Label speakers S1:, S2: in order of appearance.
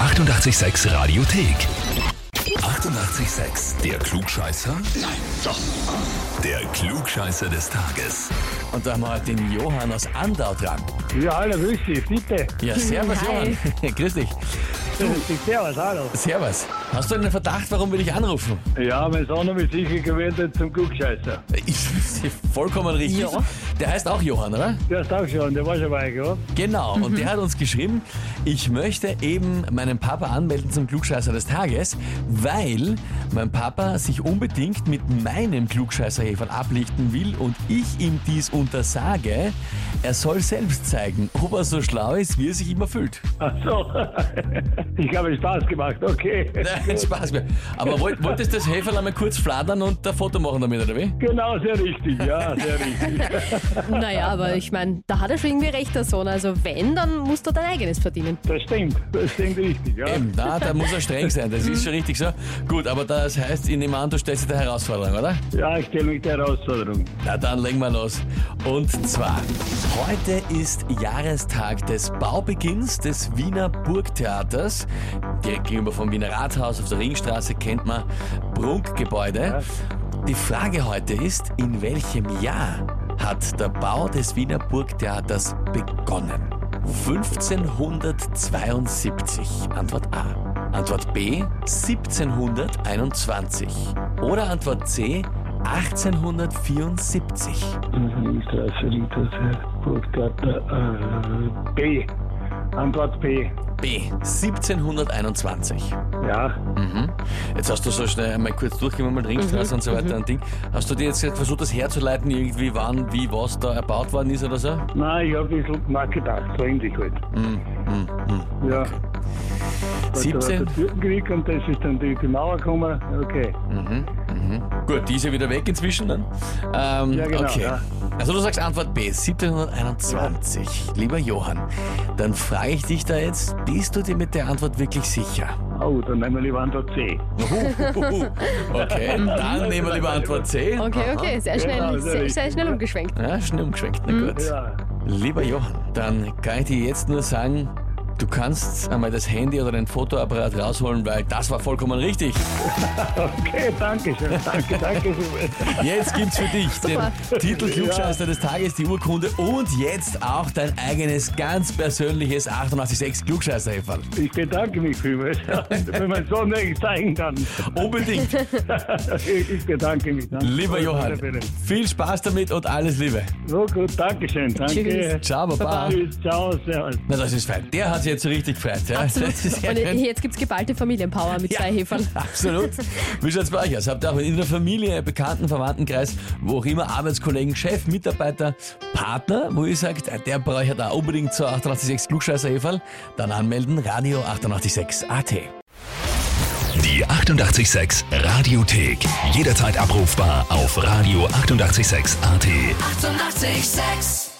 S1: 886 Radiothek. 88,6. Der Klugscheißer? Nein, doch. Der Klugscheißer des Tages.
S2: Und da haben wir heute den Johann aus Andau dran.
S3: Ja, hallo, grüß dich, bitte.
S2: Ja, servus
S4: Hi.
S2: Johann. Grüß dich.
S3: Grüß dich, servus, hallo.
S2: Servus. Hast du einen Verdacht, warum will ich anrufen?
S3: Ja, mein Sohn hat mich sicher gewählt zum Klugscheißer.
S2: Ist vollkommen richtig.
S4: Ja.
S2: Der heißt auch Johann, oder?
S3: Der ist auch schon, der war schon weg, oder?
S2: Genau, und der hat uns geschrieben, ich möchte eben meinen Papa anmelden zum Klugscheißer des Tages, weil mein Papa sich unbedingt mit meinem Klugscheißerheferl ablichten will und ich ihm dies untersage. Er soll selbst zeigen, ob er so schlau ist, wie er sich immer fühlt.
S3: Ach so. Ich habe Spaß gemacht, okay.
S2: Nein, Spaß mehr. Aber wollt, wolltest du das Heferl einmal kurz fladern und ein Foto machen damit, oder wie?
S3: Genau, sehr richtig, ja, sehr richtig.
S4: Naja, aber ich meine, da hat er schon irgendwie recht, der Sohn. Also wenn, dann musst du dein eigenes verdienen.
S3: Das stimmt, das stimmt richtig, ja.
S2: Eben, na, da muss er streng sein, das ist schon richtig so. Gut, aber das heißt, ich nehme an, du stellst dir der Herausforderung, oder?
S3: Ja, ich stelle mich der Herausforderung.
S2: Na dann legen wir los. Und zwar, heute ist Jahrestag des Baubeginns des Wiener Burgtheaters. Direkt gegenüber vom Wiener Rathaus auf der Ringstraße kennt man Prunkgebäude. Die Frage heute ist, in welchem Jahr hat der Bau des Wiener Burgtheaters begonnen? 1572, Antwort A. Antwort B, 1721. Oder Antwort C, 1874.
S3: Ringstraße, Ringstraße, Burggartner, äh, B. Antwort B.
S2: B. 1721.
S3: Ja,
S2: Mhm. Jetzt hast du so schnell einmal kurz durchgemacht mit
S3: Mhm.
S2: Ringstraße und so weiter und Ding. Hast du dir jetzt versucht, das herzuleiten, irgendwie wann, wie, was da erbaut worden ist oder so?
S3: nein, ich habe ein bisschen nachgedacht, so ähnlich halt.
S2: Mhm. Mhm. Mhm.
S3: Ja. Da war
S2: 17.
S3: der Türkenkrieg und das ist dann die, die Mauer gekommen, okay.
S2: Mhm. Mhm. Gut, die ist ja wieder weg inzwischen dann. Ähm,
S3: Ja, genau,
S2: okay.
S3: ja.
S2: Also du sagst Antwort B, 1721. Lieber Johann, dann frage ich dich da jetzt, bist du dir mit der Antwort wirklich sicher?
S3: Oh, dann nehmen wir lieber Antwort C.
S2: Uhuhuhu. Okay, dann nehmen wir lieber Antwort C.
S4: Okay, okay, sehr
S3: Genau, sehr
S4: schnell, sehr,
S3: richtig,
S4: sehr schnell umgeschwenkt.
S2: Ja, schnell umgeschwenkt, na gut.
S3: Mhm. Ja.
S2: Lieber Johann, dann kann ich dir jetzt nur sagen, du kannst einmal das Handy oder dein Fotoapparat rausholen, weil das war vollkommen richtig.
S3: Okay, danke schön. Danke, danke schön.
S2: Jetzt gibt's für dich den
S4: Super.
S2: Titel Klugscheißer des Tages, die Urkunde und jetzt auch dein eigenes ganz persönliches 886 klugscheißer -Häferl.
S3: Ich bedanke mich vielmals, wenn man so nicht zeigen kann.
S2: Unbedingt,
S3: Ich ich bedanke mich. Danke.
S2: Oh. lieber Johann. Viel Spaß damit und alles Liebe.
S3: So gut, danke schön. Danke.
S2: Ciao, Baba.
S3: Tschüss, ciao, servus.
S2: Na, das ist fein. Der hat jetzt richtig gefreut. Ja.
S4: Absolut.
S2: Das ist ja
S4: Und
S2: kein-
S4: jetzt gibt's geballte Familienpower mit zwei Hefern.
S2: Absolut. Wie schaut's bei euch aus? Habt ihr auch in der Familie, Bekannten, Verwandtenkreis, wo auch immer, Arbeitskollegen, Chef, Mitarbeiter, Partner, wo ihr sagt, äh, der braucht ja da unbedingt zur 886 klugscheißer -Eferl, dann anmelden, Radio 886 AT.
S1: Die 88,6 Radiothek. Jederzeit abrufbar auf radio886.at. 88,6.
S5: 886